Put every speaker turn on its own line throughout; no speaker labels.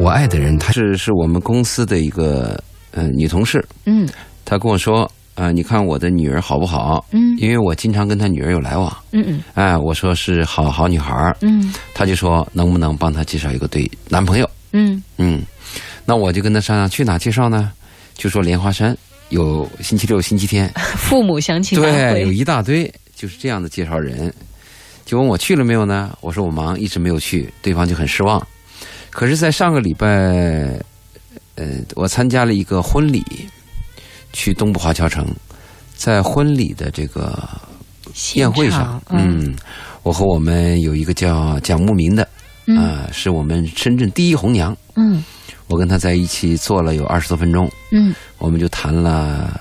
我爱的人，她是是我们公司的一个呃女同事，
嗯
她跟我说啊、呃你看我的女儿好不好？
嗯
因为我经常跟她女儿有来往，
嗯嗯
哎，我说是好好女孩儿，
嗯
她就说能不能帮她介绍一个对男朋友？
嗯
嗯，那我就跟她商量去哪介绍呢？就说莲花山有星期六、星期天，
父母相亲大
对，有
会，
一大堆就是这样的介绍人，就问我去了没有呢？我说我忙，一直没有去，对方就很失望。可是，在上个礼拜，呃，我参加了一个婚礼，去东部华侨城，在婚礼的这个宴会上，
现场
嗯，我和我们有一个叫蒋慕民的，
嗯
啊、是我们深圳第一红娘，
嗯
我跟她在一起坐了有二十多分钟，
嗯
我们就谈了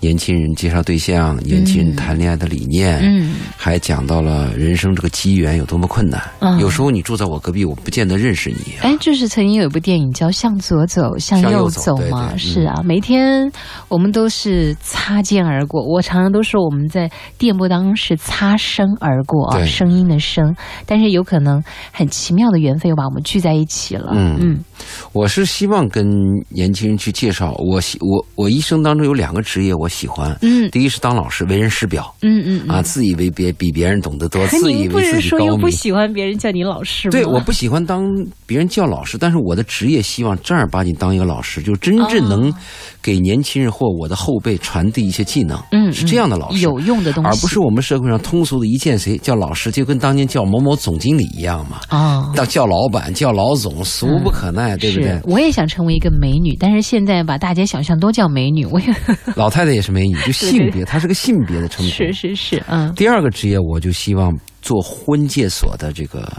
年轻人介绍对象、年轻人谈恋爱的理念，
嗯
还讲到了人生这个机缘有多么困难。
嗯，
有时候你住在我隔壁，我不见得认识你。
哎，就是曾经有一部电影叫《向左走，向
向右
右
走
走》
对嗯
嘛，
对
是啊，每天我们都是擦肩而过。我常常都说我们在电波当中是擦身而过啊，
对
声音的声，但是有可能很奇妙的缘分又把我们聚在一起了。
嗯
嗯
我是希望跟年轻人去介绍，我喜我我一生当中有两个职业我喜欢，
嗯
第一是当老师，为人师表
嗯嗯嗯
啊，自以为别比别人懂得多，
可
自
你
以
不
为
是
自己
说又
高
不
明。
喜欢别人叫你老师吗？
对，我不喜欢当别人叫老师，但是我的职业希望正儿八经当一个老师，就真
哦
正能给年轻人或我的后辈传递一些技能，
嗯
是这样的老师，
有用的东西，
而不是我们社会上通俗的一见谁叫老师，就跟当年叫某某总经理一样嘛，
啊。
到叫老板、叫老总，俗不可耐，对不
是
对，？
我也想成为一个美女，但是现在把大街小巷都叫美女，我也
老太太也是美女，就性别，她是个性别的称呼。
是是是，嗯
第二个职业，我就希望做婚介所的这个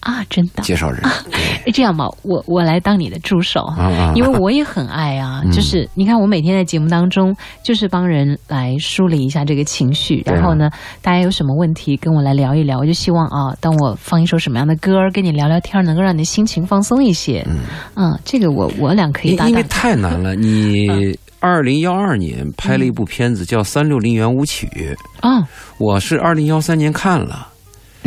啊，真的。
介绍人，对
哎，这样吧，我我来当你的助手，
啊啊，嗯
因为我也很爱啊。就是你看，我每天在节目当中，就是帮人来梳理一下这个情绪，
啊
然后呢，大家有什么问题跟我来聊一聊。我就希望啊，当我放一首什么样的歌儿跟你聊聊天儿，能够让你的心情放松一些。嗯，这个我我俩可以
因
搭
因
档嗯
为。太难了。你二零幺二年拍了一部片子叫《三六零圆舞曲》，
啊，
我是二零幺三年看了。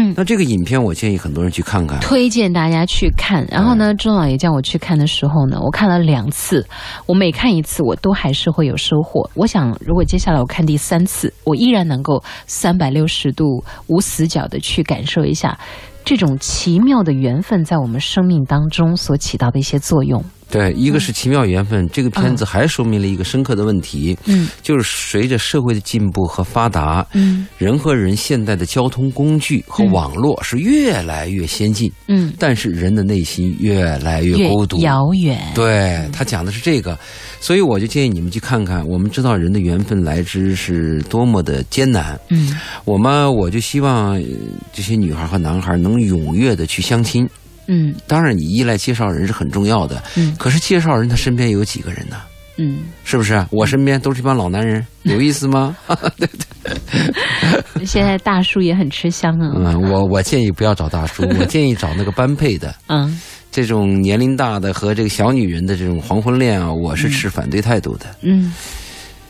嗯
那这个影片我建议很多人去看看。
推荐大家去看。然后
嗯
呢，钟老爷叫我去看的时候呢，我看了两次，我每看一次，我都还是会有收获。我想，如果接下来我看第三次，我依然能够三百六十度无死角的去感受一下这种奇妙的缘分在我们生命当中所起到的一些作用。
对，一
嗯
个是奇妙缘分，这个片子还说明了一个深刻的问题，
嗯
就是随着社会的进步和发达，
嗯
人和人现代的交通工具和
嗯
网络是越来越先进，
嗯，
但是人的内心越来越
越
孤独。
遥远。
对他讲的是这个，所以我就建议你们去看看。我们知道人的缘分来之是多么的艰难，
嗯
我们我就希望呃这些女孩和男孩能踊跃的去相亲。
嗯
当然，你依赖介绍人是很重要的，
嗯
可是介绍人他身边有几个人呢？
嗯，
是不是？我身边都是一帮老男人，有意思吗？
嗯现在大叔也很吃香啊。
嗯，我我建议不要找大 叔，我建议找那个般配的。
嗯
这种年龄大的和这个小女人的这种黄昏恋啊，我是持反对态度的。
嗯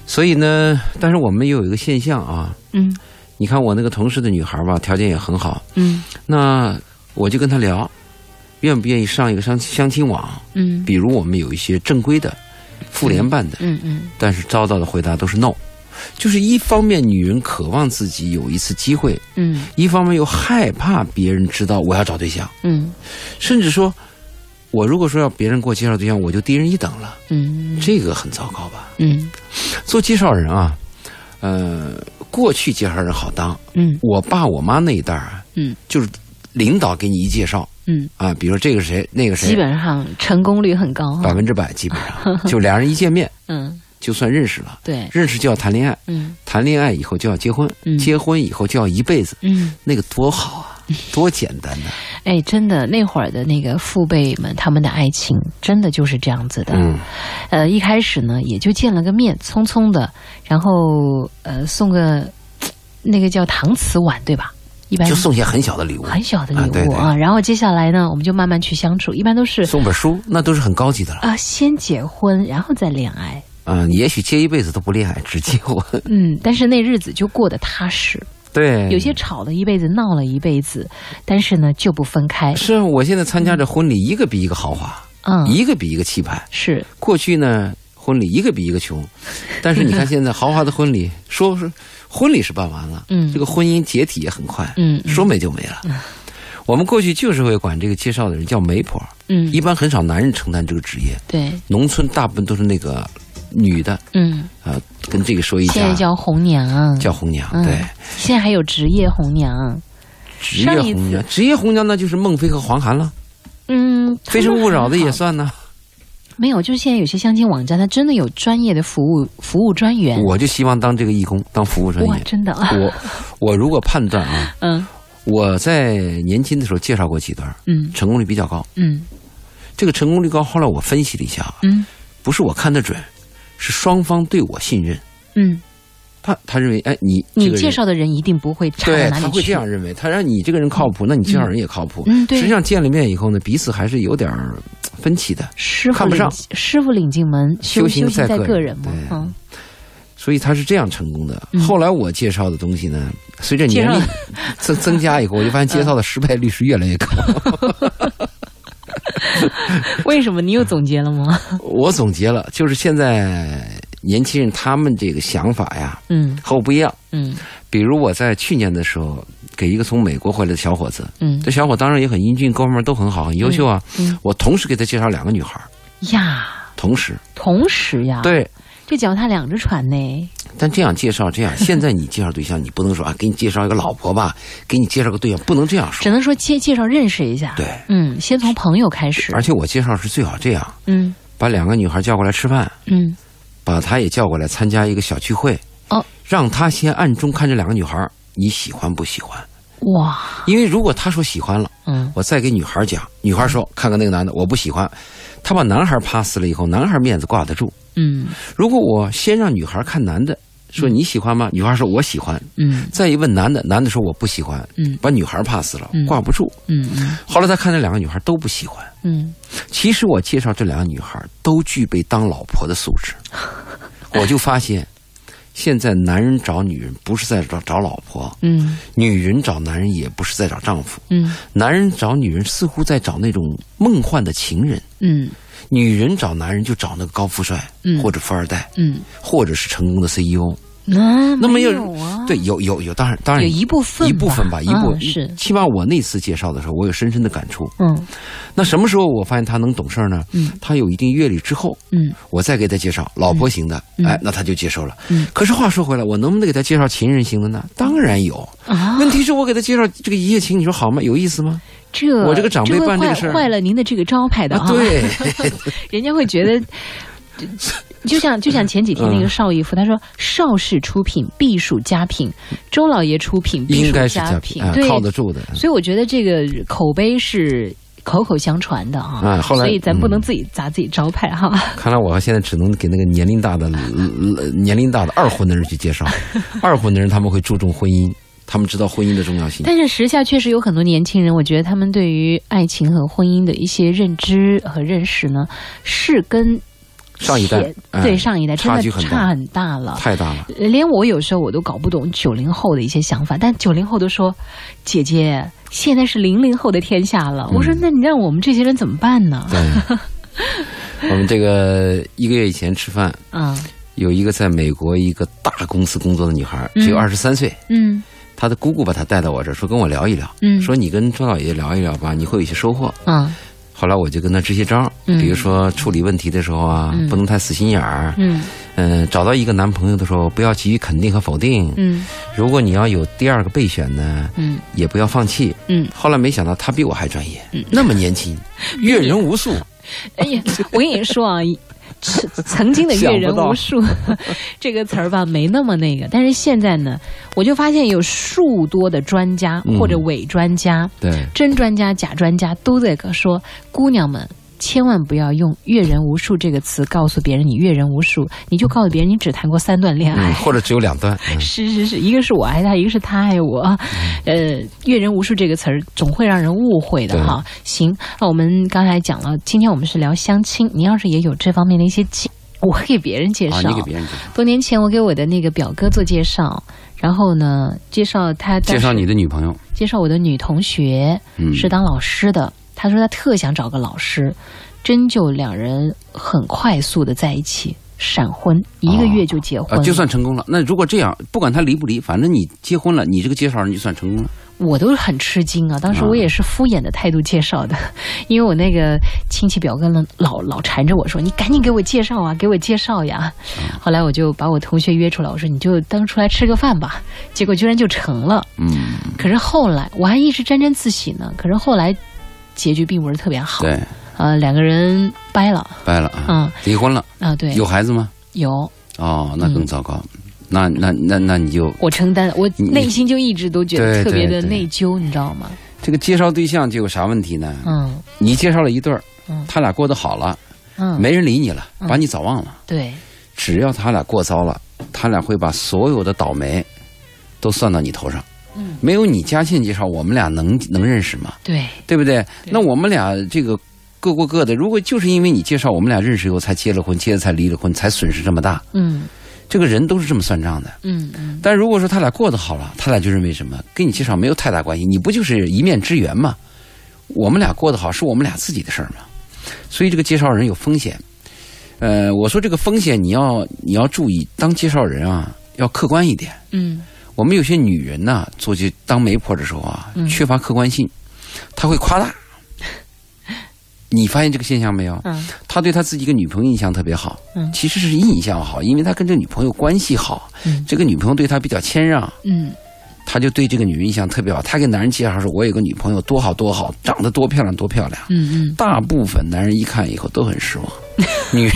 所以呢，但是我们又有一个现象啊，
嗯
你看我那个同事的女孩吧，条件也很好，
嗯
那我就跟她聊，愿不愿意上一个相相亲网？
嗯
比如我们有一些正规的，妇联办的，
嗯嗯
但是遭到的回答都是 no。就是一方面，女人渴望自己有一次机会；
嗯
一方面又害怕别人知道我要找对象，
嗯
甚至说，我如果说要别人给我介绍对象，我就低人一等了，
嗯。
这个很糟糕吧？
嗯
做介绍人啊，呃，过去介绍人好当，
嗯
我爸我妈那一代儿啊，
嗯，
就是领导给你一介绍
嗯，
啊，比如这个谁那个
基
谁，
本上成功率很高。
百分之百基本上就俩人一见面
嗯，
就算认识了，
对，
认识就要谈恋爱，
嗯
谈恋爱以后就要结婚，
嗯
结婚以后就要一辈子，
嗯，
那个多好啊，多简单啊 呐、
哎，真的，那会儿的那个父辈们，他们的爱情真的就是这样子的。
嗯，
呃，一开始呢，也就见了个面，匆匆的，然后呃，送个那个叫搪瓷碗，对吧？一般
就送些很小的礼物，
很小的
啊对
礼物
对
啊。然后接下来呢，我们就慢慢去相处，一般都是
送本书，那都是很高级的了。
啊、先结婚，然后再恋爱。
嗯，也许结一辈子都不恋爱，只结婚。
嗯，但是那日子就过得踏实。
对，
有些吵了一辈子，闹了一辈子，但是呢就不分开。
是啊我现在参加这婚礼，一个比一个豪华，
嗯，
一个比一个气派。
是
过去呢，婚礼一个比一个 穷，但是你看现在豪华的婚礼，说是婚礼是办完了，
嗯
这个婚姻解体也很快，
嗯嗯
说没就没了。我们过去就是会管这个介绍的人叫媒婆，
嗯
一般很少男人承担这个职业，
对
农村大部分都是那个女的
嗯，
啊、跟这个说一
现在
下
叫红娘，
叫红娘，
嗯
对，
现在还有职业红娘，
职业
上
红
一
娘，职业红娘那就是孟非和黄涵了，
嗯，
《非诚勿扰》的也算呢。
没有，就是现在有些相亲网站，它真的有专业的服务服务专员，
我就希望当这个义工，当服务专
哇，
业。
真的啊，
我我如果判断啊，
嗯
我在年轻的时候介绍过几段，
嗯
成功率比较高。
嗯
这个成功率高，后来我分析了一下啊，
嗯
不是我看得准，是双方对我信任。
嗯，
他他认为，哎，你这
你
个人
介绍的人一定不会差
对
到哪
他
里
会
去
这，样认为，他让你这个人靠谱，那你介绍人也靠谱。
嗯，
实际
对，
上见了面以后呢，彼此还是有点儿嘖分歧的，
师傅
看不上
领师傅领进门，修
修行
行
在
在
个
个
人
人嘛，
对
嗯，
所以他是这样成功的。
嗯
后来我介绍的东西呢，随着
介
年
绍嗯
龄 增增加以后，我就发现介绍的失败率是越来 越高。
为什么你又总结 了吗？
我总结了，就是现在年轻人他们这个想法呀
嗯
和我不一样。
嗯
比如我在去年的时候，给一个从美国回来的小伙子，
嗯
这小伙当然也很英俊，各方面都很好，很优秀啊。
嗯
我同时给他介绍两个女孩儿，
呀，
同时
同时呀，，
对。
这脚踏两只船呢，
但这样介绍，这样现在你介绍对象，你不能说啊，给你介绍一个老婆吧，给你介绍个对象，不能这样
只
说。
能说介介绍认识一下，
对，
嗯，先从朋友开始，
而且我介绍是最好这样，
嗯
把两个女孩叫过来吃饭，
嗯
把她也叫过来参加一个小聚会，
哦，
让她先暗中看这两个女孩，你喜欢不喜欢？
哇，
因为如果她说喜欢了，
嗯
我再给女孩讲，女孩说看看那个男的我不喜欢，她把男孩 pass 了以后，男孩面子挂得住。
嗯
如果我先让女孩看男的，说你喜欢吗？女孩说我喜欢，
嗯
再一问男的，男的说我不喜欢，
嗯
把女孩 pass 了
嗯，
挂不住。
嗯嗯
后来他看那两个女孩都不喜欢。
嗯，
其实我介绍这两个女孩都具备当老婆的素 质，我就发现，现在男人找女人不是在找找老婆，
嗯
女人找男人也不是在找丈夫，
嗯
男人找女人似乎在找那种梦幻的情人，
嗯
女人找男人就找那个高富帅，
嗯
或者富二代，
嗯，
或者是成功的 CEO。
那
那
没
么要
有啊，
对，有有有，当然当然
有一部分
一部分吧，一部
嗯是，
起码我那次介绍的时候，我有深深的感触。
嗯
那什么时候我发现他能懂事儿呢？
嗯
他有一定阅历之后，
嗯
我再给他介绍老婆型的，
嗯
哎，那他就接受了。
嗯
可是话说回来，我能不能给他介绍情人型的呢？当然有。
啊，
问题是我给他介绍这个一夜情，你说好吗？有意思吗？
这
我这个长辈
会
办这个
坏
事儿
坏了您的这个招牌的
啊，
哈，
对，
人家会觉得。就就像就像前几天那个邵
嗯
逸夫，他说邵氏出品必属佳品，周老爷出品必
应
属
该是
佳
家
品，
啊
对，，
靠得 住的。
所以我觉得这个口碑是口口相传的啊。
啊后来
所以咱不能
嗯
自己砸自己招牌哈、
看来我现在只能给那个年龄大的、呃年龄大的二婚的人去介绍，二婚的人他们会注重婚姻，他们知道婚姻的重要性。
但是时下确实有很多年轻人，我觉得他们对于爱情和婚姻的一些认知和认识呢，是跟
上一代
前
哎
对上一代真
差
的
距很大
差很大了。
太大了，
连我有时候我都搞不懂九零后的一些想法，但九零后都说：“姐姐，现在是零零后的天下了。我说：“那你让我们这些人怎么办呢
嗯对。我们这个一个月以前吃饭，？”
啊，
有一个在美国一个大公司工作的女孩，
嗯
只有二十三岁，
嗯
她的姑姑把她带到我这儿，说跟我聊一聊，
嗯，
说你跟周老爷聊一聊吧，你会有一些收获。
啊，
后来我就跟她支些招儿，
嗯
比如说处理问题的时候啊，
嗯
不能太死心眼儿，
嗯
嗯、找到一个男朋友的时候，不要急于肯定和否定，
嗯
如果你要有第二个备选呢，
嗯
也不要放弃。
嗯，
后来没想到她比我还专业，
嗯
那么年 轻，阅人无数，
哎呀，我跟你说啊， 曾曾经的阅人无数 这个词儿吧，没那么那个，但是现在呢，我就发现有数多的专家
嗯
或者伪专家、
对。
真专家、假专家都在说，姑娘们。千万不要用“阅人无数”这个词告诉别人你阅人无数，你就告诉别人你只谈过三段恋爱。
嗯，或者只有两段。嗯
是是是，一个是我爱他，一个是他爱我。呃，阅人无数这个词儿总会让人误会的哈。行，那我们刚才讲了，今天我们是聊相亲，您要是也有这方面的一些经，我给别人介
啊，
绍。
你给别人介绍
多年前我给我的那个表哥做介绍，然后呢，介绍他当时
介绍你的女朋友，
介绍我的女同学
嗯，
是当老师的，他说他特想找个老师。真就两人很快速的在一起闪婚，一个月就结婚
啊，
了、
就算成功了。那如果这样，不管他离不离，反正你结婚了，你这个介绍人就算成功了。
我都很吃惊啊！当时我也是敷衍的态度介绍的， 因为我那个亲戚表哥呢，老老缠着我说：“你赶紧给我介绍啊，给我介绍呀！”
嗯
后来我就把我同学约出来，我说：“你就当出来吃个饭吧。”结果居然就成了。
嗯，
可是后来我还一直沾沾自喜呢，可是后来结局并不是特别好，
对，
呃，两个人掰了，
掰了啊，
嗯
离婚了，
啊，对，嗯
有孩子吗？
有
哦，那更糟糕。那那那那你就
我承担，我
你
内心就一直都觉
对
得特别的
对对
内疚，你知道吗？
这个介绍对象就有啥问题呢？
嗯
你介绍了一对儿
嗯，
他俩过得好了，
嗯，
没人理你了，
嗯
把你早忘了。
对，
只要他俩过糟了，他俩会把所有的倒霉都算到你头上。
嗯，
没有你家境介绍，我们俩能能认识吗？
对，
对不对？
对
那我们俩这个各过各的，如果就是因为你介绍，我们俩认识以后才结了婚，接着才离了婚，才损失这么大。
嗯
这个人都是这么算账的。
嗯嗯，
但如果说他俩过得好了，他俩就认为什么跟你介绍没有太大关系，你不就是一面之缘吗？我们俩过得好是我们俩自己的事儿嘛，所以这个介绍人有风险。呃，我说这个风险你要你要注意，当介绍人啊要客观一点。
嗯
我们有些女人呐、做这当媒婆的时候啊，
嗯
缺乏客观性，她会夸 大。你发现这个现象没有？
嗯
他对他自己一个女朋友印象特别好，
嗯
其实是印象好，因为他跟这个女朋友关系好，
嗯
这个女朋友对他比较谦让，
嗯
他就对这个女人印象特别好。他给男人介绍说：“我有个女朋友多好多好，长得多漂亮多漂亮。”
嗯
大部分男人一看以后都很失 望，女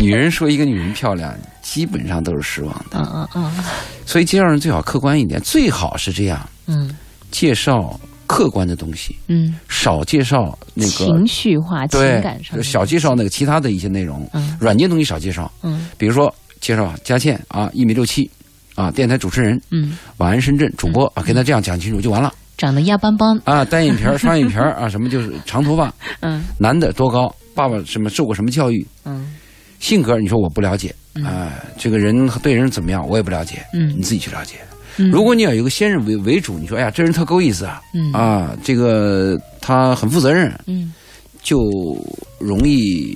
女人说一个女人漂亮，基本上都是失望的。
嗯嗯嗯
所以介绍人最好客观一点，最好是这样
嗯
介绍客观的东西，
嗯，
少介绍那个
情绪化、情
对
感上，
少介绍那个其他的一些内容，
嗯
软件东西少介绍。
嗯
比如说介绍佳倩啊，一米六七啊，电台主持人，
嗯，
晚安深圳主播啊，跟他这样讲清楚就完了
长得鸭邦邦，
啊，单眼皮 儿、双眼皮儿啊，什么就是长头发，
嗯
男的多高，爸爸什么受过什么教育，
嗯
性格你说我不了解
嗯
啊，这个人对人怎么样我也不了解，你
嗯，
自己去了解。
嗯
如果你要有一个先人为为主，你说哎呀，这人特够意思啊
嗯
啊，这个他很负责任，
嗯，
就容易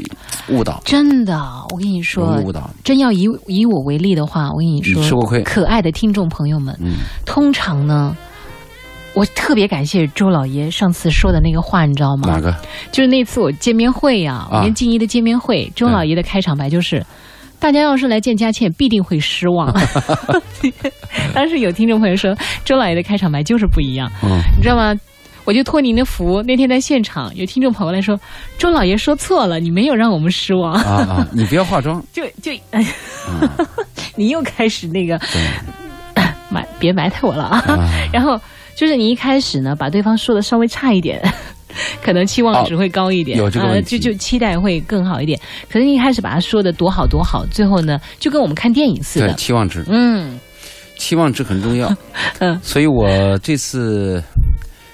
误导，
真的，我跟你说
容易，误导，
真要以以我为例的话，我跟你
你
说，
吃嗯过亏，
可爱的听众朋友们，
嗯
通常呢。我特别感谢周老爷上次说的那个话，你知道吗？
哪个？
就是那次我见面会呀、
啊嗯
我跟静怡的见面会，周老爷的开场白就是：“大家要是来见佳倩，必定会失 望。”当时有听众朋友说，周老爷的开场白就是不一样，
嗯，
你知道吗？我就托您的福，那天在现场有听众朋友来说，周老爷说错了，你没有让我们失望，
啊啊， 你不要化妆，
就就， 你又开始那个
嗯对，
埋别埋汰我了啊！
啊
然后就是你一开始呢，把对方说的稍微差一点，可能期望值会高一点，
哦有这个
啊
问
就
题
就期待会更好一点。可是你一开始把他说的多好多好，最后呢，就跟我们看电影似
对，
的。
期望值，
嗯
期望值很重要。
嗯
所以我这次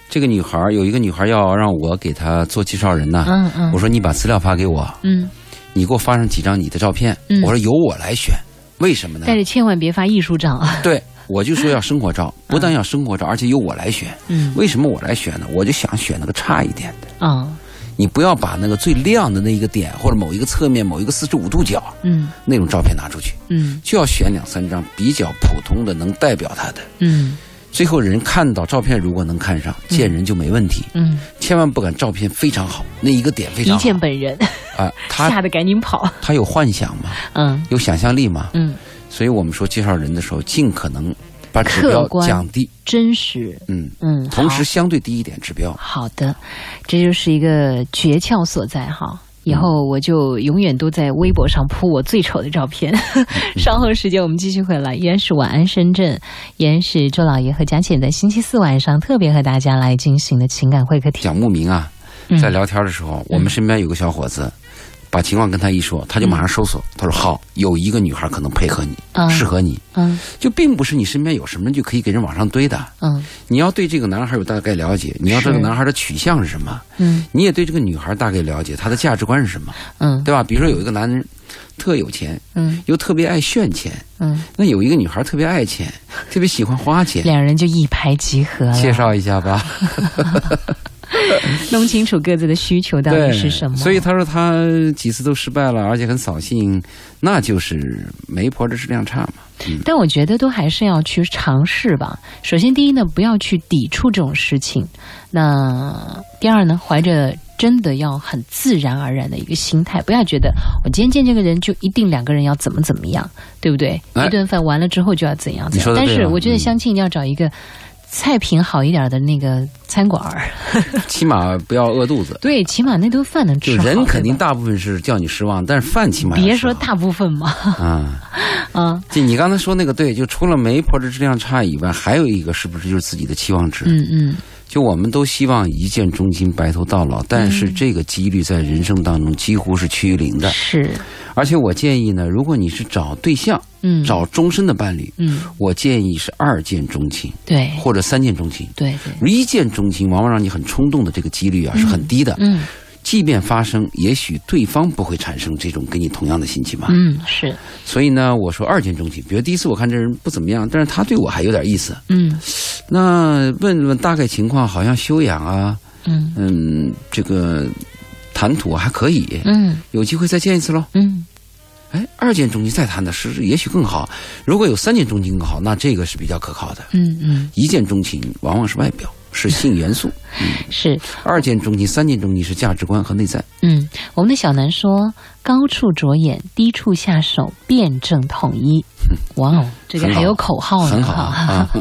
这个女孩儿有一个女孩儿要让我给她做介绍人呢、
嗯嗯，
我说你把资料发给我，
嗯，
你给我发上几张你的照片。
嗯
我说由我来选，为什么呢？
但是千万别发艺术照啊。
对，我就说要生活照，不但要生活照，而且由我来选。
嗯
为什么我来选呢？我就想选那个差一点的。
啊
你不要把那个最亮的那一个点，或者某一个侧面、某一个四十五度角
嗯
那种照片拿出去，
嗯
就要选两三张比较普通的，能代表他的。
嗯
最后人看到照片，如果能看上，见人就没问题。
嗯，
千万不敢照片非常好，那一个点非
一
常好
见本人，
啊、他
吓得赶紧跑。
他有幻想嘛，
嗯
有想象力嘛，
嗯，
所以我们说介绍人的时候，尽可能把指标
客观
降低，
真实。
嗯，
嗯，
同
好
时相对低一点指标。
好的，这就是一个诀窍所在
嗯
哈。以后我就永远都在微博上铺我最丑的 照片。稍后时间我们继续回来，依然是晚安深圳，依然是周老爷和佳倩在星期四晚上特别和大家来进行的情感会客厅。
蒋慕明啊，
嗯
在聊天的时候，我们身边有个小伙子，把情况跟他一说，他就马上搜索，他说好，有一个女孩可能配合你，
嗯
适合你，
嗯
就并不是你身边有什么就可以给人往上堆的。
嗯
你要对这个男孩有大概了解，你要
是
这个男孩的取向是什么，
嗯
你也对这个女孩大概了解她的价值观是什么，
嗯
对吧？比如说有一个男人特有钱，
嗯
又特别爱炫钱，
嗯，
那有一个女孩特别爱钱， 特别喜欢花钱，
两人就一拍即合了。
介绍一下吧。
弄清楚各自的需求到底是什么。
所以他说他几次都失败了，而且很扫兴，那就是媒婆的质量差嘛。 嗯、
但我觉得都还是要去尝试吧。首先，第一呢，不要去抵触这种事情；那第二呢，怀着真的要很自然而然的一个心态，不要觉得我今天见这个人就一定两个人要怎么怎么样，对不对？
哎
一顿饭完了之后就要怎样怎
你说
样。
得
但
对啊
是我觉得
嗯
相亲一定要找一个菜品好一点的那个餐馆儿，
起码不要饿肚子。
对，起码那顿饭能
就
吃好。
人肯定
对吧
大部分是叫你失望，但是饭起码要
别
吃
说
好
大部分嘛，
啊。
啊，
就你刚才说那个对，就除了媒婆的质量差以外，还有一个是不是就是自己的期望值？
嗯嗯，
就我们都希望一见钟情、白头到老，但是这个几率在人生当中几乎是趋于零的。
是，
而且我建议呢，如果你是找对象、
嗯，，
找终身的伴侣，
嗯，哎
我建议是二见钟情
对，
或者三见钟情。
对对，
一见钟情往往让你很冲动的这个几率啊是很低的，
嗯
即便发生，也许对方不会产生这种跟你同样的心情吧。
嗯是，
所以呢，我说二见钟情，比如第一次我看这人不怎么样，但是他对我还有点意思，
嗯
那问问大概情况，好像修养啊，
嗯
嗯，这个谈吐啊还可以，
嗯
有机会再见一次喽。
嗯
哎，二见钟情再谈的是也许更好，如果有三见钟情更好，那这个是比较可靠的。
嗯嗯
一见钟情往往是外表，是性元 素；
是，
二见钟情、三见钟情是价值观和内在。
嗯，我们的小南说，高处着眼，低处下手，辩证统一。哇哦，这个
很好
还有口号
很
呢
好
哈！
啊， 啊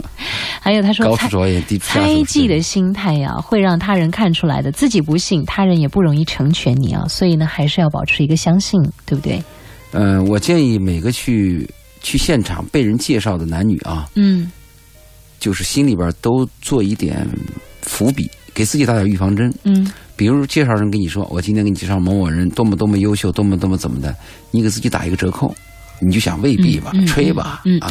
还有他哦说
高
猜
处着眼，低处下手
猜忌的心态呀、会让他人看出来的，自己不信，他人也不容易成全你啊。所以呢，还是要保持一个相信，对不对？
嗯、我建议每个去去现场被人介绍的男女啊，
嗯
就是心里边都做一点伏笔，给自己打点预防针。
嗯
比如介绍人跟你说，我今天给你介绍某某人多么多么优秀，多么多么怎么的，你给自己打一个折扣，你就想未必吧，
嗯嗯
吹吧，
嗯
啊，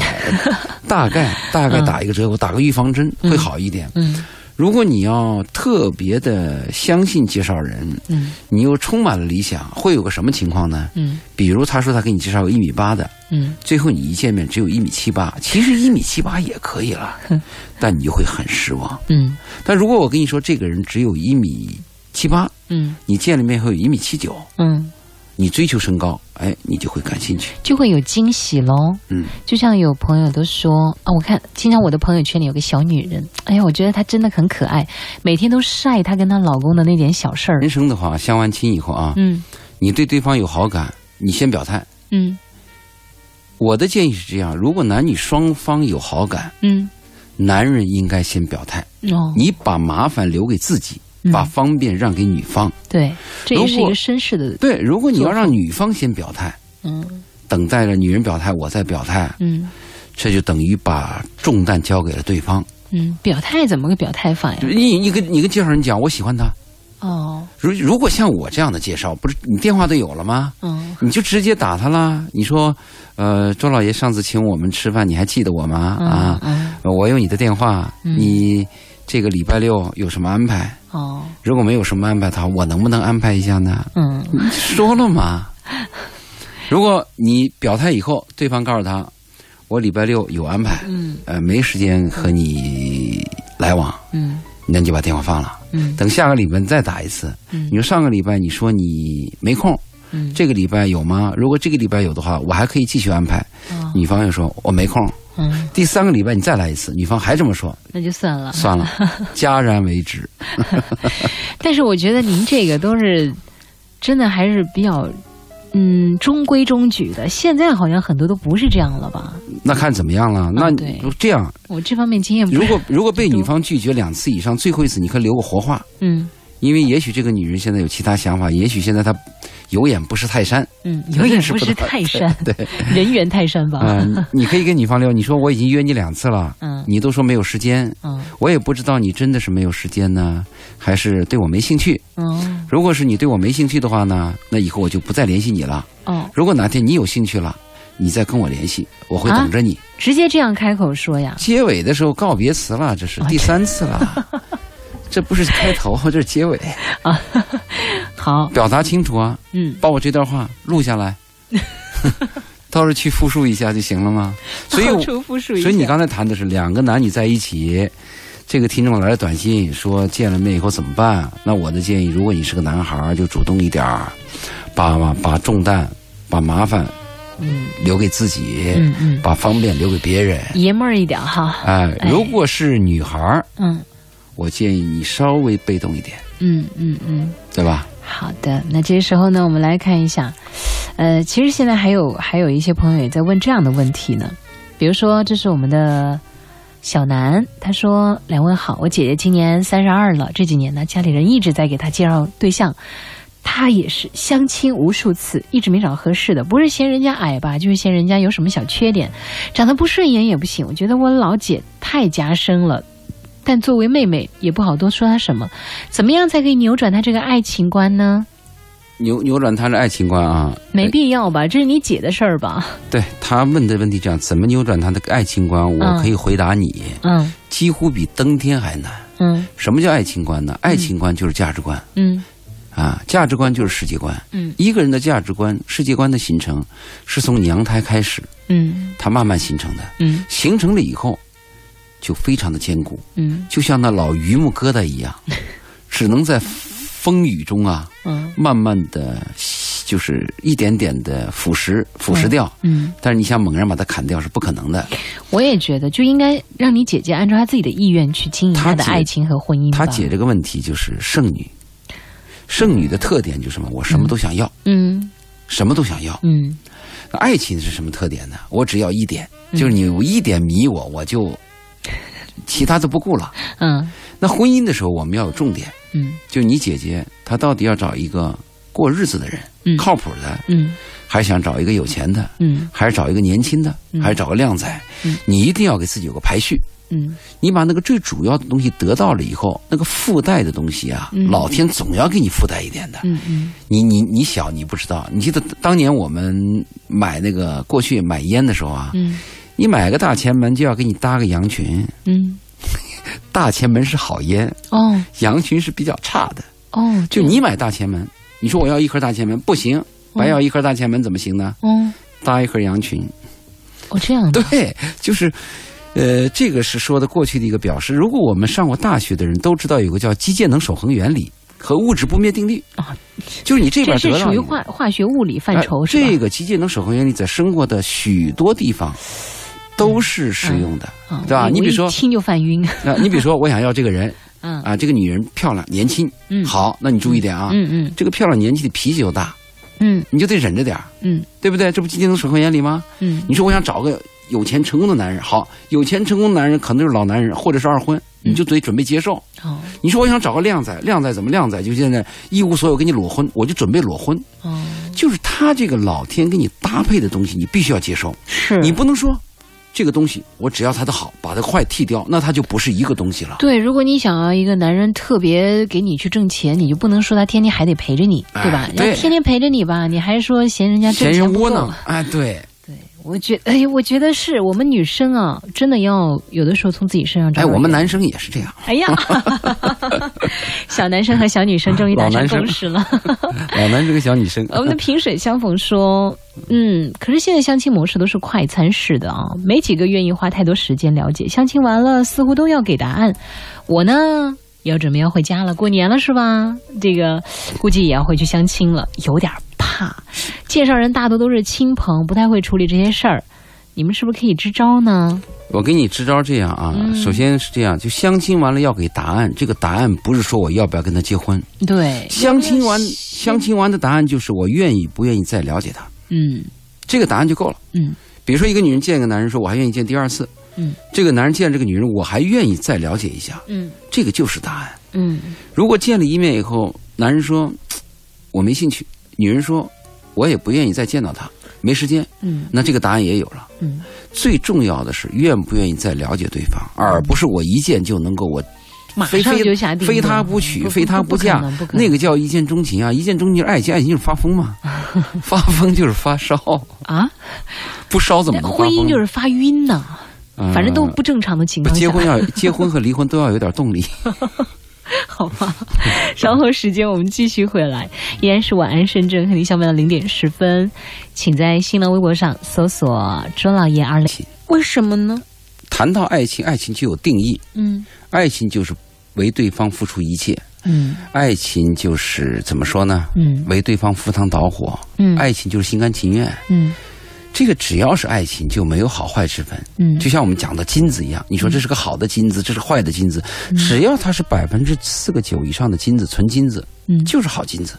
大概大概打一个折扣，打个预防针会好一点。
嗯
如果你要特别的相信介绍人，
嗯
你又充满了理想，会有个什么情况呢？
嗯
比如他说他给你介绍个一米八的，
嗯
最后你一见面只有一米七八，其实一米七八也可以了，但你就会很失望。
嗯
但如果我跟你说这个人只有一米七八，
嗯
你见了面会有一米七九，
嗯，
你追求身高，哎，你就会感兴趣。
就会有惊喜喽。
嗯，
就像有朋友都说啊，我看经常我的朋友圈里有个小女人，哎呀，我觉得她真的很可爱，每天都晒她跟她老公的那点小事儿
人。生的话，相完亲以后啊，
嗯
你对对方有好感，你先表态。
嗯
我的建议是这样：如果男女双方有好感，
嗯，
男人应该先表态，
哦，
你把麻烦留给自己，
嗯
把方便让给女方。
对，这也是
如
一
果
个绅士的，
对，如果你要让女方先表态，
嗯
等待着女人表态，我再表态，
嗯
这就等于把重担交给了对方。
嗯，表态怎么个表态法呀？
你你跟你跟介绍人讲，我喜欢他。
哦，
如如果像我这样的介绍，不是你电话都有了吗？
嗯
你就直接打他啦。你说，呃，周老爷上次请我们吃饭，你还记得我吗？
嗯
啊，
嗯
我有你的电话，
嗯
你这个礼拜六有什么安排？
哦
如果没有什么安排的话，我能不能安排一下呢？
嗯
你说了 嘛。如果你表态以后，对方告诉他，我礼拜六有安排，
嗯
呃，没时间和你来往，
嗯
那你就把电话放了。
嗯
等下个礼拜你再打一次。
嗯
你说上个礼拜你说你没空，
嗯，
这个礼拜有吗？如果这个礼拜有的话，我还可以继续安排。
哦
女方又说我没空。
嗯，
第三个礼拜你再来一次，女方还这么说，
那就算了。
算了，戛然为止。
但是我觉得您这个都是真的还是比较嗯中规中矩的。现在好像很多都不是这样了吧？
那看怎么样了？那
对
你这样，
我这方面经验不
如果如果被女方拒绝两次以上，最后一次你可留个活话，
嗯
因为也许这个女人现在有其他想法，也许现在她有眼不识泰山
嗯，有点
认识
不
不
识
到
泰 山，对，人缘泰山吧？
啊、你可以跟女方聊，你说我已经约你两次了，
嗯
你都说没有时间，
嗯
我也不知道你真的是没有时间呢，还是对我没兴趣。
嗯
如果是你对我没兴趣的话呢，那以后我就不再联系你了。
哦，
如果哪天你有兴趣了，你再跟我联系，我会等着你。
直接这样开口说呀？
结尾的时候告别词了，这是第三次了，这不是开头，这是结尾，
啊 好，
表达清楚啊，
嗯
把我这段话录下来，到时候去复述一下就行了吗？所以
到
我，
处复述一下
所以你刚才谈的是两个男女在一起，这个听众来了短信说见了面以后怎么办？那我的建议，如果你是个男孩儿，就主动一点儿，把把把重担、把麻烦
嗯
留给自己，
嗯嗯，
把方便留给别人。
爷们儿一点哈，
哎，
哎
如果是女孩儿，
嗯
我建议你稍微被动一点，
嗯嗯嗯，
对吧？
好的。那这时候呢，我们来看一下，呃，其实现在还有还有一些朋友也在问这样的问题呢，比如说这是我们的。小南他说：“两位好，我姐姐今年三十二了，这几年呢，家里人一直在给她介绍对象，她也是相亲无数次，一直没找合适的。不是嫌人家矮吧，就是嫌人家有什么小缺点，长得不顺眼也不行。我觉得我老姐太夹生了，但作为妹妹也不好多说她什么。怎么样才可以扭转她这个爱情观呢？
扭扭转他的爱情观啊，哎
没必要吧，这是你姐的事儿吧？
对他问的问题这样，怎么扭转他的爱情观？我可以回答你，
嗯
几乎比登天还难。
嗯
什么叫爱情观呢？爱情观就是价值观、
嗯
啊，价值观就是世界观。
嗯
一个人的价值观、世界观的形成，是从娘胎开始，
嗯
它慢慢形成的。
嗯
形成了以后，就非常的坚固，
嗯
就像那老榆木疙瘩一 样，只能在风雨中啊，
嗯
慢慢的，就是一点点的腐蚀、腐蚀掉。
嗯，
但是你想猛然把它砍掉是不可能的。
我也觉得就应该让你姐姐按照她自己的意愿去经营
她
她的
姐
爱情和婚姻吧。
他解这个问题就是剩女，剩女的特点就是什么？我什么都想要，
嗯
什么都想要。
嗯
那爱情是什么特点呢？我只要一点，就是你有一点迷我，我就其他都不顾了。
嗯
那婚姻的时候，我们要有重点，
嗯
就你姐姐她到底要找一个过日子的人，
嗯
靠谱的，
嗯
还是想找一个有钱的，
嗯
还是找一个年轻的，
嗯
还是找个靓仔？
嗯
你一定要给自己有个排序。
嗯
你把那个最主要的东西得到了以后，那个附带的东西啊，
嗯
老天总要给你附带一点的。
嗯嗯
你你你小你不知道，你记得当年我们买那个过去买烟的时候啊，
嗯
你买个大前门就要给你搭个羊群，
嗯
大前门是好烟，
哦
羊群是比较差的。
哦，
就你买大前门，你说我要一盒大前门不行，
嗯
白要一盒大前门怎么行呢？
哦
搭一盒羊群，
哦这样的
对，就是，呃，这个是说的过去的一个表示。如果我们上过大学的人都知道有个叫机械能守恒原理和物质不灭定律
啊，
就是你这边
这
得
是
到
属于
你
化化学物理范畴
哎
是吧？
这个机械能守恒原理在生活的许多地方都是适用的。
啊
对吧
我
你比如
一
说
听就犯晕，
那你比如说，我想要这个人
嗯
啊，这个女人漂亮年轻，
嗯，
好，那你注意点啊，
嗯嗯
这个漂亮年轻的脾气又大，
嗯
你就得忍着点儿，
嗯
对不对？这不机械能守恒原理吗？
嗯
你说我想找个有钱成功的男人，好，有钱成功的男人可能就是老男人或者是二婚，
嗯
你就得准备接受。
哦
你说我想找个靓仔，靓仔怎么靓仔？就现在一无所有给你裸婚，我就准备裸婚，
哦
就是他这个老天给你搭配的东西，你必须要接受。
是
你不能说这个东西我只要它的好，把它坏剔掉，那它就不是一个东西了。
对，如果你想要一个男人特别给你去挣钱，你就不能说他天天还得陪着你，对
哎？
吧要
对
天天陪着你吧，你还说嫌人家挣
嫌
钱
人
不
窝
够
囊。，哎，对，
对，我觉哎呀，我觉得是我们女生啊，真的要有的时候从自己身上找
哎，
找
我们
原因
男生也是这样。
哎呀， 小男生和小女生终于达
老
成
男生
共识了。
老男生跟小女生
呃我们的萍水相逢说，嗯，可是现在相亲模式都是快餐式的啊，没几个愿意花太多时间了解。相亲完了，似乎都要给答案。我呢，要准备要回家了，过年了是吧？这个估计也要回去相亲了，有点怕。介绍人大多都是亲朋，不太会处理这些事儿。你们是不是可以支招呢？
我给你支招这样啊，
嗯
首先是这样，就相亲完了要给答案，这个答案不是说我要不要跟他结婚，
对，
相亲完相亲完的答案就是我愿意不愿意再了解他，
嗯
这个答案就够了。
嗯
比如说一个女人见一个男人说我还愿意见第二次，
嗯，
这个男人见这个女人我还愿意再了解一下，
嗯
这个就是答案。
嗯
如果见了一面以后，男人说嘖我没兴趣，女人说我也不愿意再见到他，没时间，
嗯
那这个答案也有了。
嗯
最重要的是愿不愿意再了解对方，而不是我一见就能够我
马
非
上
非
就下定
非
论
他不娶，
不
非他
不
嫁
不可能不，可能
那个叫一见钟情啊！一见钟情就是爱情，爱情就是发疯 嘛，发疯就是发烧，
啊，
不烧怎么能发
婚
疯？
姻就是发晕呐、
嗯，
反正都不正常的情
不
况下，
结婚要结婚和离婚都要有点动力。
好吧。稍后时间我们继续回来，依然是晚安深圳和你相伴的零点十分，请在新浪微博上搜索“周老爷二零”。为什么呢？
谈到爱情，爱情就有定义，
嗯
爱情就是为对方付出一切，
嗯
爱情就是怎么说呢？
嗯
为对方赴汤蹈火，
嗯，
爱情就是心甘情愿。
嗯
这个只要是爱情，就没有好坏之分。
嗯
就像我们讲的金子一样，你说这是个好的金子，这是坏的金子，
嗯
只要它是百分之四个九以上的金子，纯金子
嗯
就是好金子，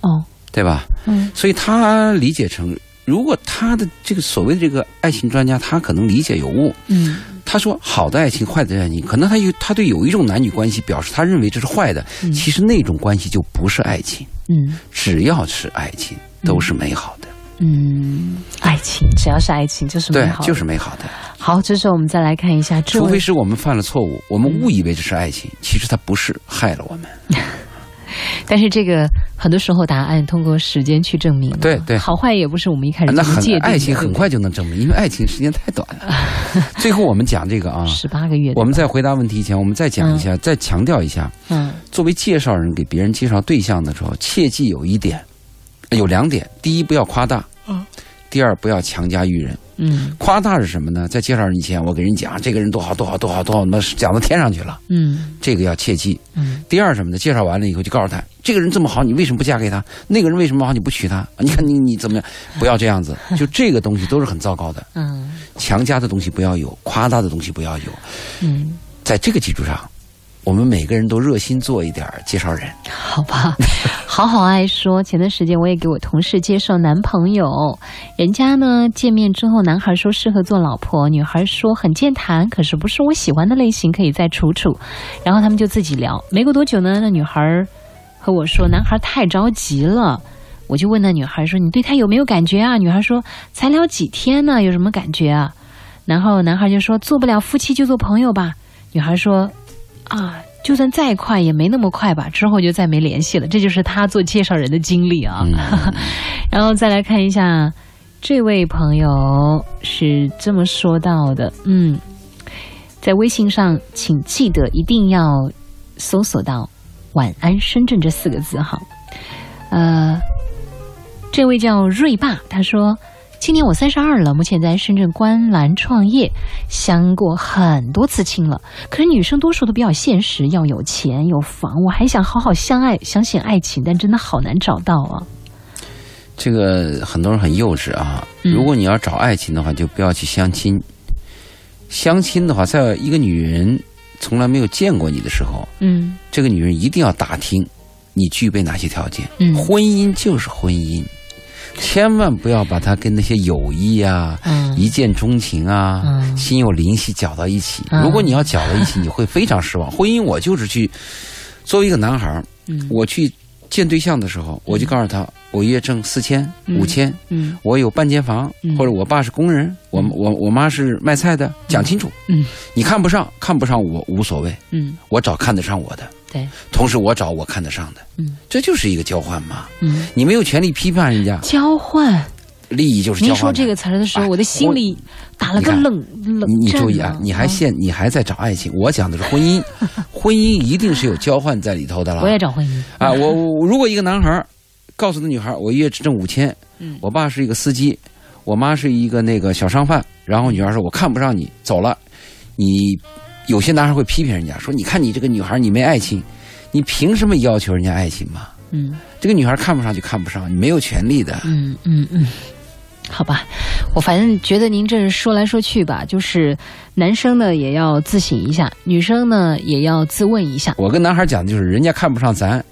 哦
对吧？
嗯
所以他理解成，如果他的这个所谓的这个爱情专家，他可能理解有误。
嗯
他说好的爱情、坏的爱情，可能他有他对有一种男女关系表示他认为这是坏的，
嗯
其实那种关系就不是爱情，
嗯
只要是爱情都是美好的，
嗯，爱情只要是爱情就是美
对
好，的，
就是美好的。
好。这时候我们再来看一下这
除
位
非是我们犯了错误，我们误以为这是爱情，其实它不是，害了我们。
但是这个很多时候答案通过时间去证明了，
对对
好坏也不是我们一开始
那
就能
很
哎界定的，
爱情很快就能证明，因为爱情时间太短 了。最后我们讲这个啊，
十八个月，
我们在回答问题以前，我们再讲一下，再强调一下，
嗯
作为介绍人给别人介绍对象的时候，切记有一点，呃有两点：第一，不要夸大；第二，不要强加于人。
嗯
夸大是什么呢？在介绍人以前，我给人讲啊这个人多好多好多好多好，那讲到天上去了，
嗯
这个要切记。
嗯
第二什么呢？介绍完了以后就告诉他，这个人这么好，你为什么不嫁给他？那个人为什么好，你不娶他？你看你你怎么样？不要这样子，就这个东西都是很糟糕的。
嗯
强加的东西不要有，夸大的东西不要有。
嗯，
在这个基础上，我们每个人都热心做一点儿介绍人。
好吧， 好好爱说。前段时间我也给我同事介绍男朋友，人家呢见面之后，男孩说适合做老婆，女孩说很健谈，可是不是我喜欢的类型，可以再处处。然后他们就自己聊，没过多久呢，那女孩儿和我说，男孩太着急了。我就问那女孩说：“你对他有没有感觉啊？”女孩说：“才聊几天呢，有什么感觉啊？”然后男孩就说：“做不了夫妻就做朋友吧。”女孩说：“啊，就算再快也没那么快吧。”之后就再没联系了。这就是他做介绍人的经历啊。然后再来看一下，这位朋友是这么说到的：“嗯，在微信上，请记得一定要搜索到‘晚安深圳’这四个字哈。”呃，这位叫瑞爸，他说：“今年我三十二了，目前在深圳观澜创业，相过很多次亲了。可是女生多数都比较现实，要有钱有房。我还想好好相爱，相信爱情，但真的好难找到啊。
这个很多人很幼稚啊。
嗯
如果你要找爱情的话，就不要去相亲。相亲的话，在一个女人从来没有见过你的时候，
嗯
这个女人一定要打听你具备哪些条件。
嗯
婚姻就是婚姻，千万不要把它跟那些友谊啊、
嗯
一见钟情啊、
嗯
心有灵犀搅到一起。
嗯
如果你要搅到一 起，你会非常失望。婚姻，我就是去作为一个男孩儿，
嗯
我去见对象的时候，我就告诉他，我月挣四千、
嗯
五千，
嗯
我有半间房
嗯，
或者我爸是工人，我我我妈是卖菜的，讲清楚。
嗯，
你看不上，看不上我无所谓，
嗯，
我找看得上我的，
对，
同时我找我看得上的。
嗯，
这就是一个交换嘛。
嗯。
你没有权利批判人家，
交换，
利益就是交
您
换
说
嘛。
这个词儿的时候，
哎
我的心里打了个
你看
冷冷
你你
战嗯
注意啊，你还
现
现你还在找爱情，我讲的是婚 姻，婚姻一定是有交换在里头的了。
我也找婚姻
啊，我我如果一个男孩儿告诉那女孩儿，我一月只挣五千，
嗯
我爸是一个司机，我妈是一个那个小商贩，然后女孩说我看不上你，走了，你有些男孩会批评人家说，你看你这个女孩儿你没爱情，你凭什么要求人家爱情嘛？
嗯。
这个女孩儿看不上就看不上，你没有权利的。
嗯嗯嗯，好吧，我反正觉得您这是说来说去吧，就是男生呢也要自省一下，女生呢也要自问一下，
我跟男孩儿讲的就是，人家看不上咱，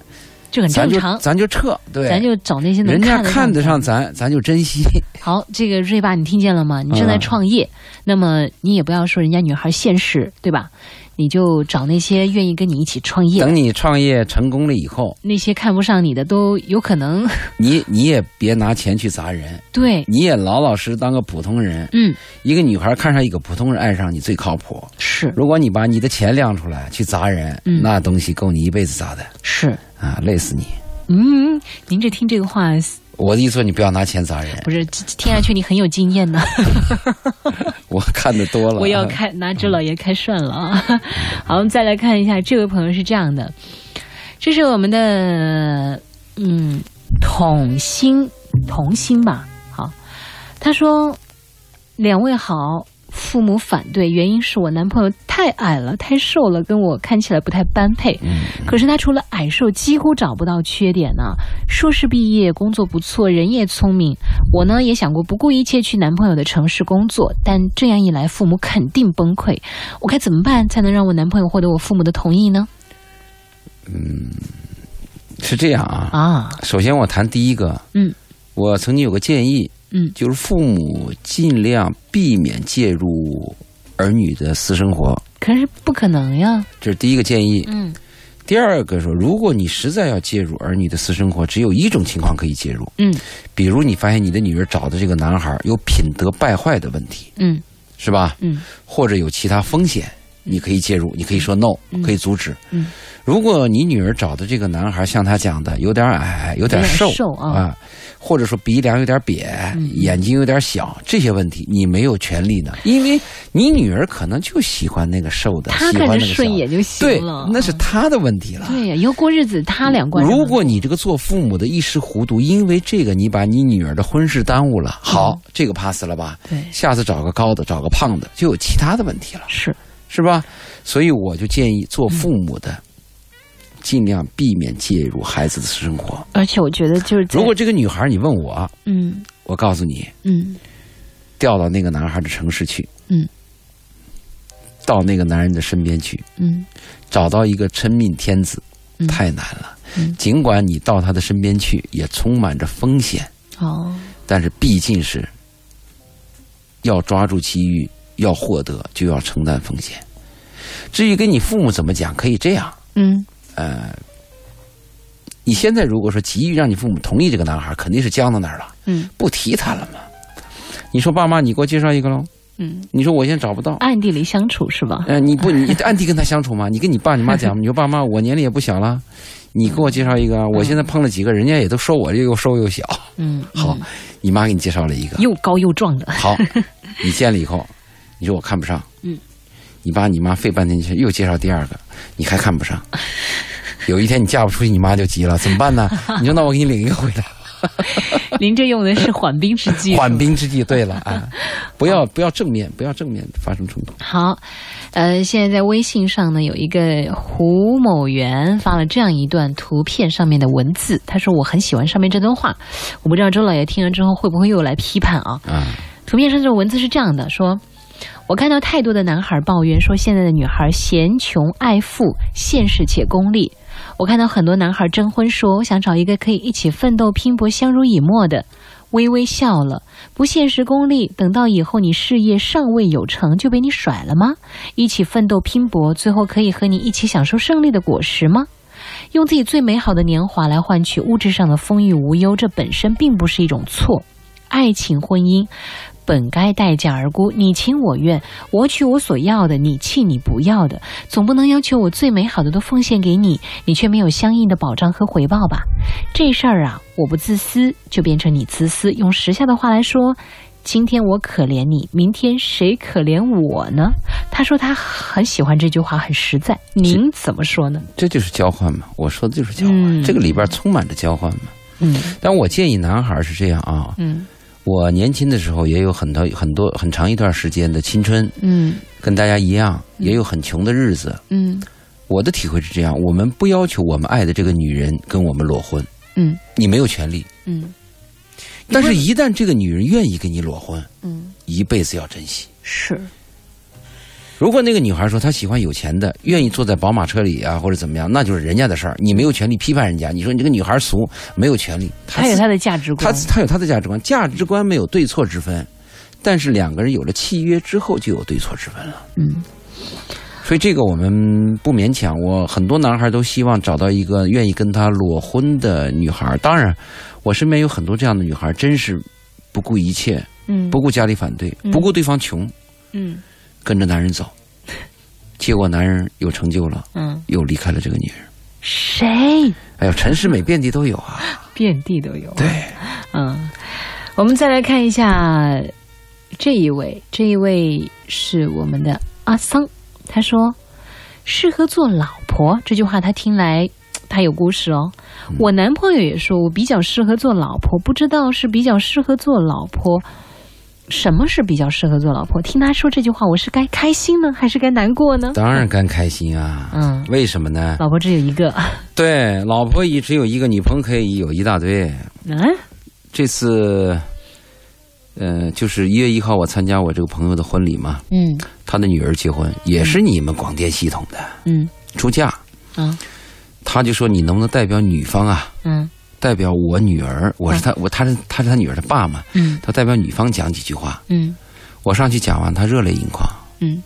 这很
咱
正
就
常。
咱就撤，对，
咱就找那些能
人家
看得
看得
的。
上咱，咱就珍惜。
好，这个瑞爸，你听见了吗？你正在
嗯
创业，那么你也不要说人家女孩现实，对吧？你就找那些愿意跟你一起创业，
等你创业成功了以后，
那些看不上你的都有可能
你你也别拿钱去砸人，
对，
你也老老实实当个普通人。
嗯，
一个女孩看上一个普通人，爱上你最靠谱。
是
如果你把你的钱亮出来去砸人，
嗯
那东西够你一辈子砸的
是，
啊，累死你！
嗯，您这听这个话
我的意思说，你不要拿钱砸人，
不是这这听上去你很有经验呢。
我看的多了。啊
我要开拿只老爷开涮了啊！ 好，我们再来看一下，这位朋友是这样的，这是我们的嗯童心童心吧？好，他说两位好，父母反对，原因是我男朋友太矮了，太瘦了，跟我看起来不太般配。可是他除了矮瘦，几乎找不到缺点呢、硕士毕业，工作不错，人也聪明。我呢也想过不顾一切去男朋友的城市工作，但这样一来，父母肯定崩溃。我该怎么办才能让我男朋友获得我父母的同意呢？
是这样啊。
啊，
首先我谈第一个，
嗯，
我曾经有个建议，
嗯
就是父母尽量避免介入儿女的私生活，
可是不可能呀。
这是第一个建议。
嗯
第二个说，如果你实在要介入儿女的私生活，只有一种情况可以介入，
嗯
比如你发现你的女儿找的这个男孩有品德败坏的问题，
嗯
是吧？
嗯
或者有其他风险，你可以介入，你可以说 no，
嗯
可以阻止。
嗯
如果你女儿找的这个男孩像她讲的有点矮，有点
有点
瘦
瘦啊
或者说鼻梁有点瘪，
嗯
眼睛有点小，这些问题你没有权利呢，因为你女儿可能就喜欢那个瘦的，
他
喜
看
欢那
着
个小
顺
的。
眼就
对
行了。，
那是她的问题了。
对呀，以后过日子他俩关上
如
门
果你这个做父母的一时糊涂，因为这个你把你女儿的婚事耽误了，好，
嗯
这个 pass 了吧？
对
下次找个高的，找个胖的，就有其他的问题了，
是
是吧？所以我就建议做父母的，尽量避免介入孩子的私生活。
而且我觉得就是在
如果这个女孩你问我，
嗯
我告诉你，
嗯
调到那个男孩的城市去，
嗯，
到那个男人的身边去，
嗯
找到一个真命天子
嗯
太难了。
嗯
尽管你到他的身边去，也充满着风险，
哦
但是毕竟是要抓住机遇，要获得就要承担风险。至于跟你父母怎么讲，可以这样，
嗯
呃，你现在如果说急于让你父母同意这个男孩，肯定是僵到那儿了，
嗯
不提他了嘛。你说爸妈，你给我介绍一个喽？
嗯，
你说我现在找不到。
暗地里相处是吧？
呃，你不，你暗地跟他相处吗？你跟你爸你妈讲吗，你说爸妈，我年龄也不小了，你给我介绍一个啊，我现在碰了几个，人家也都说我这又瘦又小。
嗯，
好
嗯，
你妈给你介绍了一个，
又高又壮 的，
好，你见了以后，你说我看不上，
嗯，
你爸你妈费半天劲又介绍第二个，你还看不上，有一天你嫁不出去，你妈就急了，怎么办 呢？你说那我给你领一个回来，
您这用的是缓兵之计。
缓兵之计。对了啊，不要不要正面，不要正面发生冲突。
好，呃，现在在微信上呢，有一个胡某元发了这样一段图片上面的文字，他说我很喜欢上面这段话，我不知道周老爷听了之后会不会又来批判啊？
啊，
图片上这个文字是这样的：说，我看到太多的男孩抱怨说现在的女孩嫌穷爱富、现实且功利。我看到很多男孩征婚说我想找一个可以一起奋斗、拼搏、相濡以沫的，微微笑了。不现实功利，等到以后你事业尚未有成就被你甩了吗？一起奋斗拼搏，最后可以和你一起享受胜利的果实吗？用自己最美好的年华来换取物质上的丰裕无忧，这本身并不是一种错。爱情、婚姻本该待价而沽，你情我愿，我取我所要的，你弃你不要的，总不能要求我最美好的都奉献给你，你却没有相应的保障和回报吧？这事儿啊，我不自私就变成你自私。用时下的话来说。今天我可怜你，明天谁可怜我呢？他说他很喜欢这句话，很实在。您怎么说呢？
这就是交换嘛，我说的就是交换，
嗯
这个里边充满着交换嘛。
嗯
但我建议男孩是这样啊，
嗯
我年轻的时候也有很多很多很长一段时间的青春，
嗯
跟大家一样，也有很穷的日子。
嗯
我的体会是这样：我们不要求我们爱的这个女人跟我们裸婚，
嗯
你没有权利。
嗯
但是，一旦这个女人愿意跟你裸婚，
嗯，
一辈子要珍惜。
是
如果那个女孩说她喜欢有钱的，愿意坐在宝马车里啊，或者怎么样，那就是人家的事儿，你没有权利批判人家。你说你这个女孩俗，没有权利。
他有
自
他的价值
他
观。
他有他的价值观，价值观没有对错之分，但是两个人有了契约之后就有对错之分了。
嗯，
所以这个我们不勉强。我很多男孩都希望找到一个愿意跟他裸婚的女孩。当然，我身边有很多这样的女孩，真是不顾一切，
嗯
不顾家里反对，
嗯
不顾对方穷，
嗯
跟着男人走，结果男人有成就了，
嗯，
又离开了这个女人。
谁
哎呦，陈世美遍地都有啊！
遍地都有。
对，
嗯，我们再来看一下这一位，这一位是我们的阿桑，他说：“适合做老婆。”这句话他听来。他有故事哦，我男朋友也说我比较适合做老婆，不知道是比较适合做老婆，什么是比较适合做老婆？听他说这句话，我是该开心呢，还是该难过呢？
当然该开心啊。
嗯，
为什么呢？
老婆只有一个，
对，老婆一只有一个，女朋友可以有一大堆。
嗯
这次，呃，就是一月一号我参加我这个朋友的婚礼嘛，
嗯
他的女儿结婚，也是你们广电系统的
嗯
出嫁，
啊
他就说你能不能代表女方啊，
嗯
代表我女儿，我是他，我他是他是他女儿的爸嘛，
嗯
他代表女方讲几句话。
嗯
我上去讲完，他热泪盈眶。
嗯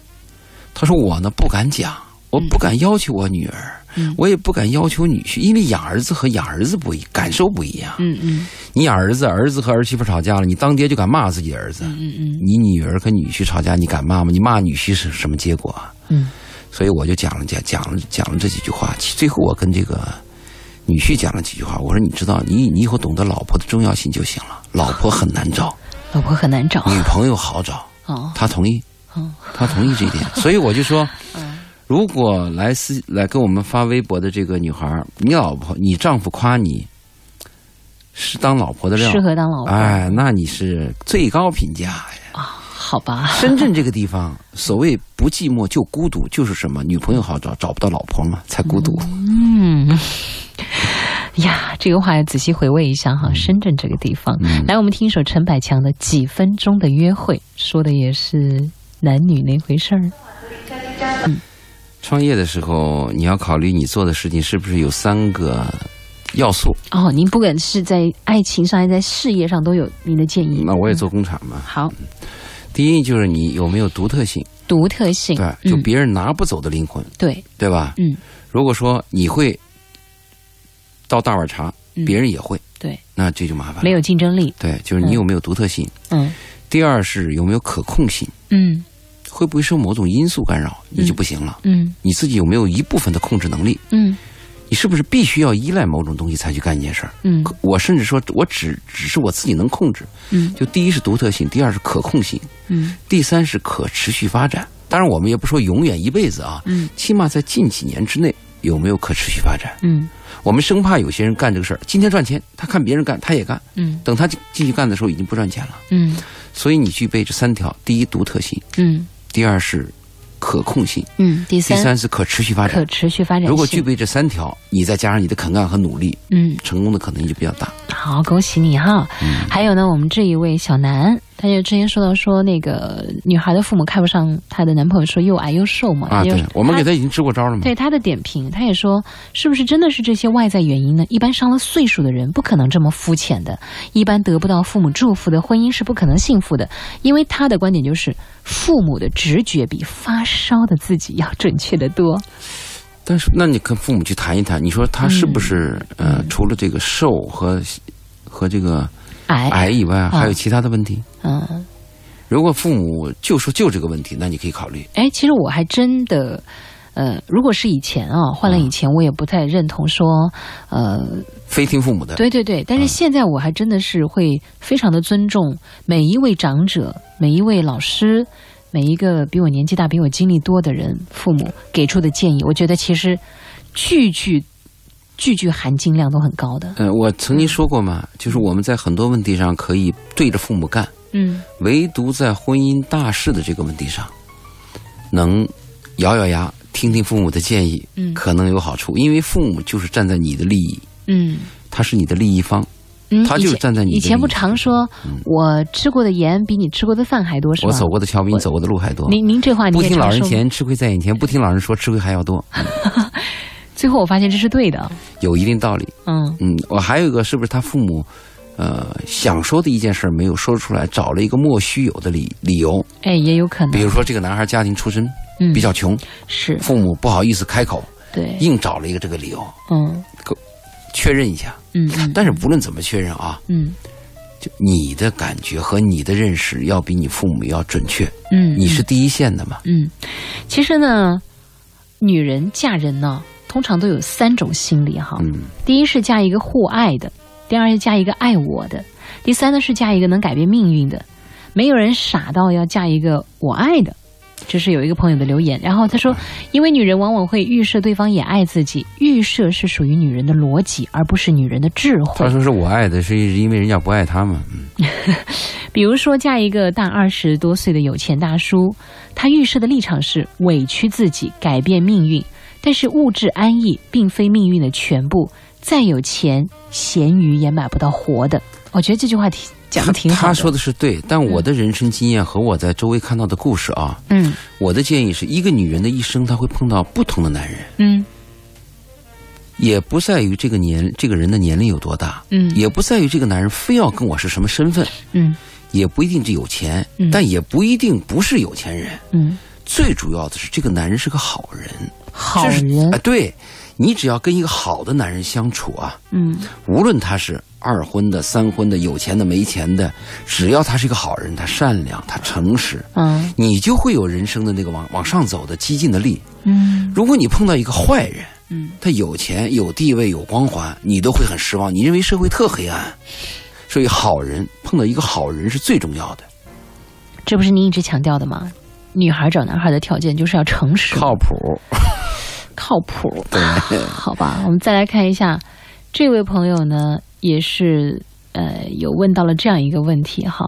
他说我呢不敢讲，我不敢要求我女儿，
嗯
我也不敢要求女婿，因为养儿子和养儿子不一，感受不一样。
嗯嗯
你养儿子，儿子和儿媳妇吵架了，你当爹就敢骂自己儿子；
嗯
你女儿和女婿吵架，你敢骂吗？你骂女婿是什么结果啊？
嗯
所以我就讲了讲讲了讲了这几句话。其最后我跟这个女婿讲了几句话，我说你知道，你你以后懂得老婆的重要性就行了。老婆很难找，
老婆很难找
女朋友好找。
哦
他同意，
哦
他同意这 一点，所以我就说，
嗯
如果来私来跟我们发微博的这个女孩儿，你老婆你丈夫夸你是当老婆的料
适，合当老婆，
哎，那你是最高评价呀。
好吧？
深圳这个地方，所谓不寂寞就孤独，就是什么女朋友好找，找不到老婆嘛，才孤独。
嗯。呀，这个话要仔细回味一下哈，深圳这个地方。来，我们听一首陈百强的《几分钟的约会》，说的也是男女那回事儿。
创业的时候，你要考虑你做的事情是不是有三个要素。
哦，您不管是在爱情上，还是在事业上，都有您的建议。
那我也做工厂嘛。
好，
第一就是你有没有独特性，
独特性，
对，就
嗯
别人拿不走的灵魂，
对，
对吧？
嗯，
如果说你会倒大碗茶，
嗯
别人也会，
对，
那这就麻烦。
没，有竞争力，
对，就是你有没有独特性。
嗯
第二是有没有可控性，
嗯
会不会受某种因素干扰，你就不行了。
嗯
你自己有没有一部分的控制能力？
嗯
你是不是必须要依赖某种东西才去干一件事儿？
嗯
可我甚至说，我只只是我自己能控制。
嗯
就第一是独特性，第二是可控性，
嗯
第三是可持续发展。当然，我们也不说永远一辈子啊，
嗯
起码在近几年之内有没有可持续发展？
嗯
我们生怕有些人干这个事儿，今天赚钱，他看别人干，他也干，
嗯
等他进进去干的时候已经不赚钱了。
嗯
所以你具备这三条：第一，独特性；
嗯
第二是可控性；
嗯，第
第
三
三是可持续发展
可。持续发展性。
如果具备这三条，你再加上你的肯干和努力，
嗯，
成功的可能性就比较大。
好，恭喜你哈！还有呢，我们这一位小南，他就之前说到说那个女孩的父母看不上她的男朋友，说又矮又瘦嘛，
啊，
他就
对，我们给
他
他已经支过招了嘛。
对他的点评，他也说，是不是真的是这些外在原因呢？一般上了岁数的人不可能这么肤浅的，一般得不到父母祝福的婚姻是不可能幸福的，因为他的观点就是，父母的直觉比发烧的自己要准确得多。
但是，那你跟父母去谈一谈，你说他是不是、呃，除了这个瘦和和这个
矮，
矮以外，还有其他的问题？
嗯，
如果父母就说就这个问题，那你可以考虑。
哎，其实我还真的，呃，如果是以前啊，换
嗯
了以前，我也不太认同说，呃，
非听父母的，
对对对，但是
嗯
现在我还真的是会非常的尊重每一位长者、每一位老师、每一个比我年纪大、比我经历多的人，父母给出的建议，我觉得其实句句句句含金量都很高的。
呃，我曾经说过嘛，就是我们在很多问题上可以对着父母干，
嗯
唯独在婚姻大事的这个问题上，能咬咬牙听听父母的建议，
嗯
可能有好处，因为父母就是站在你的利益，
嗯
他是你的利益方，
嗯，
他就是
以前
站在你的利益
以前不常说，我吃过的盐比你吃过的饭还多，是吧？
嗯我走过的桥比你走过的路还多。
您您这话你
不
也
听
常
老人
说吗，
言，吃亏在眼前；不听老人说，吃亏还要多，
最后我发现这是对的。
有一定道理。
嗯
嗯，我还有一个，是不是他父母，呃，想说的一件事儿没有说出来，找了一个莫须有的理理由，，
哎，也有可能，
比如说这个男孩家庭出身
嗯
比较穷，
是
父母不好意思开口，
对，
硬找了一个这个理由
嗯
确认一下。
嗯嗯
但是不论怎么确认啊，
嗯
就你的感觉和你的认识要比你父母要准确，
嗯，
你是第一线的嘛。
嗯，其实呢，女人嫁人呢，通常都有三种心理哈。
嗯，
第一是嫁一个互爱的，第二是嫁一个爱我的，第三呢是嫁一个能改变命运的。没有人傻到要嫁一个我爱的，就是有一个朋友的留言，然后他说，因为女人往往会预设对方也爱自己，预设是属于女人的逻辑，而不是女人的智慧
他。说是我爱的，是因为人家不爱他嘛。嗯
比如说，嫁一个大二十多岁的有钱大叔，他预设的立场是委屈自己，改变命运。但是物质安逸并非命运的全部，再有钱，咸鱼也买不到活的。我觉得这句话挺讲的挺好
他说的嗯是对，但我的人生经验和我在周围看到的故事啊，
嗯
我的建议是一个女人的一生，她会碰到不同的男人，
嗯
也不在于这个年这个人的年龄有多大，
嗯
也不在于这个男人非要跟我是什么身份，
嗯
也不一定是有钱
嗯，
但也不一定不是有钱人。
嗯，
最主要的是，这个男人是个好人。
好
这是
人
啊、，对你只要跟一个好的男人相处啊，
嗯
无论他是二婚的、三婚的、有钱的、没钱的，只要他是一个好人，他善良，他诚实，
嗯
你就会有人生的那个往往上走的激进的力。
嗯
如果你碰到一个坏人，
嗯，
他有钱、有地位、有光环，你都会很失望，你认为社会特黑暗。所以，好人碰到一个好人是最重要的，
这不是你一直强调的吗？女孩找男孩的条件就是要诚实，
谱。
靠谱。
对，
好吧，我们再来看一下，这位朋友呢，也是呃有问到了这样一个问题哈。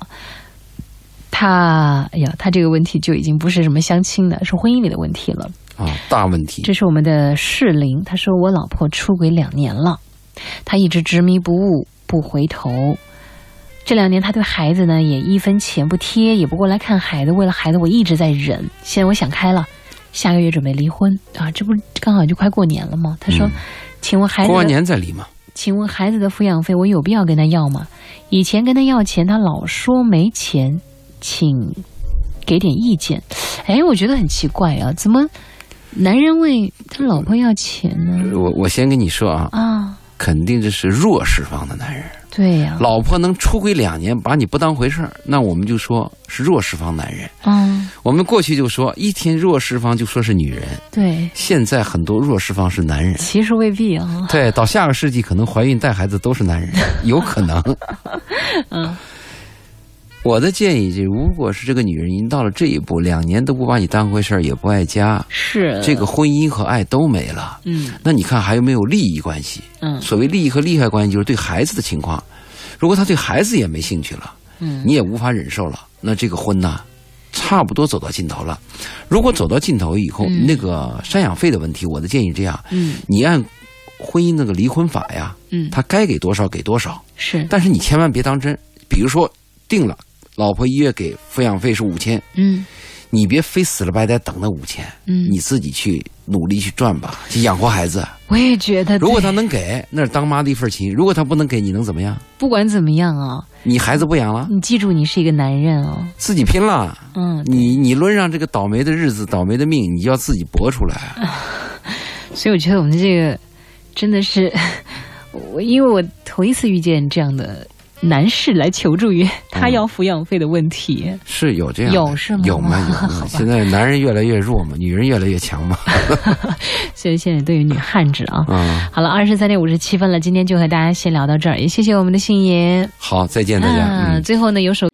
他，哎呀，他这个问题就已经不是什么相亲的，是婚姻里的问题了。
啊，大问题。
这是我们的适龄，他说我老婆出轨两年了，他一直执迷不悟，不回头。这两年他对孩子呢也一分钱不贴，也不过来看孩子。为了孩子，我一直在忍。现在我想开了，下个月准备离婚啊！这不刚好就快过年了吗？他说：“
嗯
请问孩子
过
的
完年再离嘛。
请问孩子的抚养费，我有必要跟他要吗？以前跟他要钱，他老说没钱，请给点意见。哎，我觉得很奇怪啊，怎么男人为他老婆要钱呢？
我我先跟你说啊，
啊，
肯定这是弱势方的男人。
对呀、
老婆能出轨两年，把你不当回事儿，那我们就说是弱势方男人。
嗯，
我们过去就说一天弱势方就说是女人，
对，
现在很多弱势方是男人。
其实未必啊，
对，到下个世纪可能怀孕带孩子都是男人，有可能。
嗯，
我的建议是，如果是这个女人已经到了这一步，两年都不把你当回事儿，也不爱家，
是
这，个婚姻和爱都没了，
嗯
那你看还有没有利益关系？
嗯
所谓利益和利害关系，就是对孩子的情况。如果他对孩子也没兴趣了，
嗯
你也无法忍受了，那这个婚呐、差不多走到尽头了。如果走到尽头以后，
嗯
那个赡养费的问题，我的建议这样：
嗯
你按婚姻那个离婚法呀，
嗯，
他该给多少给多少，
是，
但是你千万别当真。比如说定了，老婆一月给抚养费是五千，
嗯
你别非死了白呆等那五千，
嗯，
你自己去努力去赚吧，去养活孩子。
我也觉得对，
如果他能给，那是当妈的一份情；如果他不能给，你能怎么样？
不管怎么样啊，
你孩子不养了，
你记住，你是一个男人啊，
自己拼了，
嗯，
你你抡上这个倒霉的日子、倒霉的命，你就要自己搏出 来。
所以我觉得我们这个真的是， 我因为我头一次遇见这样的男士来求助
嗯
于他要抚养费的问题。
是有这样的
有是吗
有吗？有 吗？现在男人越来越弱嘛，女人越来越强嘛。
所以现在对于女汉子啊，
啊，
好了，二十三点五十七分了，今天就和大家先聊到这儿，也谢谢我们的信爷。
好，再见大家。
啊，
嗯。
最后呢，有首。